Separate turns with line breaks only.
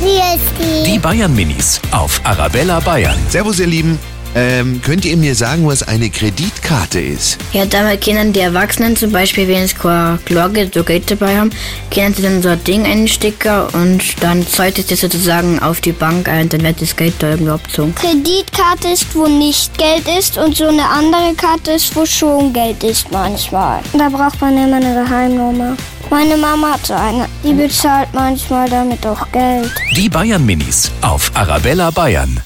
Wie ist
Die Bayern Minis auf Arabella Bayern.
Servus, ihr Lieben. Ähm, könnt ihr mir sagen, was eine Kreditkarte ist?
Ja, damit können die Erwachsenen zum Beispiel, wenn sie keine Glocke so Geld dabei haben, können sie dann so ein Ding einstecken und dann zahlt es das sozusagen auf die Bank ein, dann wird das Geld da irgendwie abgezogen.
Kreditkarte ist, wo nicht Geld ist und so eine andere Karte ist, wo schon Geld ist manchmal. Da braucht man immer eine Geheimnummer. Meine Mama hat so eine. Die bezahlt manchmal damit auch Geld.
Die Bayern Minis auf Arabella Bayern.